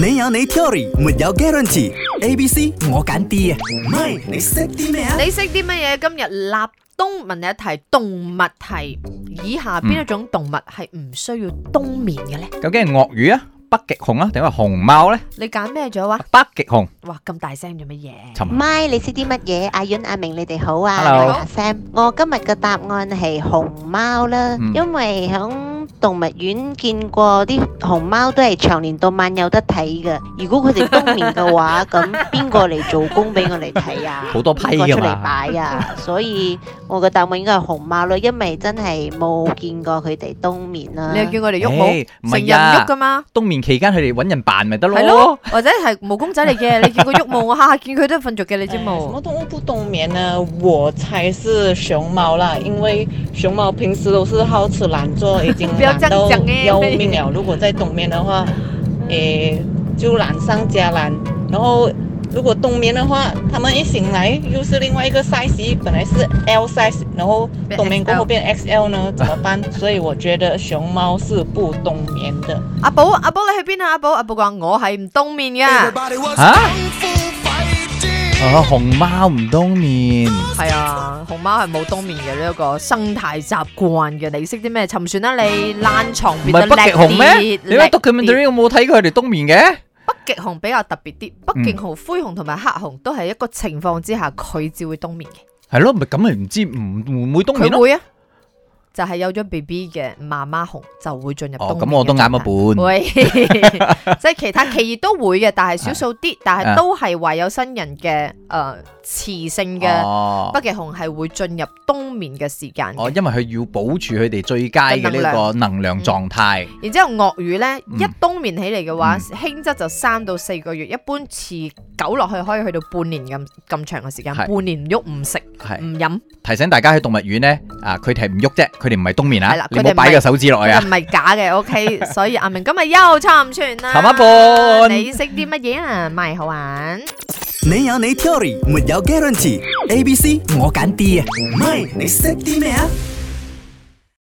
你有你 theory，沒有 guarantee。A、B、C 我揀 D 啊，唔係你識啲咩啊？ 你識啲乜嘢？今日立冬問你一題動物題，以下邊一種動物係唔需要冬眠嘅 呢？究竟係鱷魚啊、北極熊啊，定係熊貓呢？你揀咩咗話？北極熊，哇，咁大聲做乜 嘢？尋咪，你識啲乜嘢？阿允、阿明，你哋好啊！ Hello 我係阿 Sam，我今日嘅答案係熊貓啦，嗯因為響動物園見過啲熊貓都係長年到晚有得睇嘅。如果佢哋冬眠嘅 話，咁邊個嚟做工俾我哋睇啊？好多批邊個㗎出嚟嘛。擺啊！所以我嘅答案應該係熊貓咯，因為真係冇見過佢哋冬眠啦。你又叫我哋喐誒唔冇？係成人唔啊喐噶嘛？冬眠期間佢哋揾人扮咪得係咯咯。，或者係毛公仔嚟 嘅，你叫佢喐冇？我下下見佢都係瞓着嘅，你知哎什冇么？动物不冬眠呢？我猜是熊猫啦，因为熊猫平时都是好吃懒做，已经 不要懒这样到讲嗯哎要命了。如果在冬眠 的话，诶、就懒上加懒。然后如果冬眠的话，它们一醒来又是另外一个 size，本来是 L size，然后变冬眠过后 XL 变 XL 呢，怎么办？所以我觉得熊猫是不冬眠的。阿寶，阿寶你去邊啊？阿寶，阿寶話我係唔冬眠 嘅，吓？哦，熊貓唔冬眠，係啊，熊貓係冇冬眠嘅呢一個生態習慣嘅。你識啲咩？沉船啦 你，爛床唔變係得北極熊咩？叻啲你話叻啲 documentary 我冇睇過佢哋冬眠嘅。北極熊比較特別啲，北極熊、灰熊同埋黑熊都係一個情況之下，佢至會冬眠嘅。係咯，咪咁咪唔知唔會唔會冬眠佢咯？會啊，就係、有咗 B B 嘅媽媽熊就會進入冬哦，眠嘅狀態。咁我都啱一 半。喂，即係其他企業都會嘅，但係少數啊啲，但係都係懷有新人嘅誒、呃雌性嘅哦北極熊係會進入冬眠嘅時間嘅。哦，因為佢要保住佢哋最佳嘅呢個能量狀態。然之後鱷魚呢，嗯一冬眠起嚟嘅話，嗯輕則就三到四個月，一般持久落去可以去到半年咁咁長嘅時間，係半年唔喐唔食係唔飲，提醒大家喺動物園咧，啊，佢哋係唔喐啫，佢哋唔係冬眠係啊啦，你佢唔哋唔好係擺個手指落去呢啊個。唔係假嘅，OK。所以阿明今日又差唔全啦，差唔多你識啲乜嘢啊？咪好玩。你有你 theory，沒有 guarantee。A、B、C 我揀 D 啊，唔係你識啲咩啊？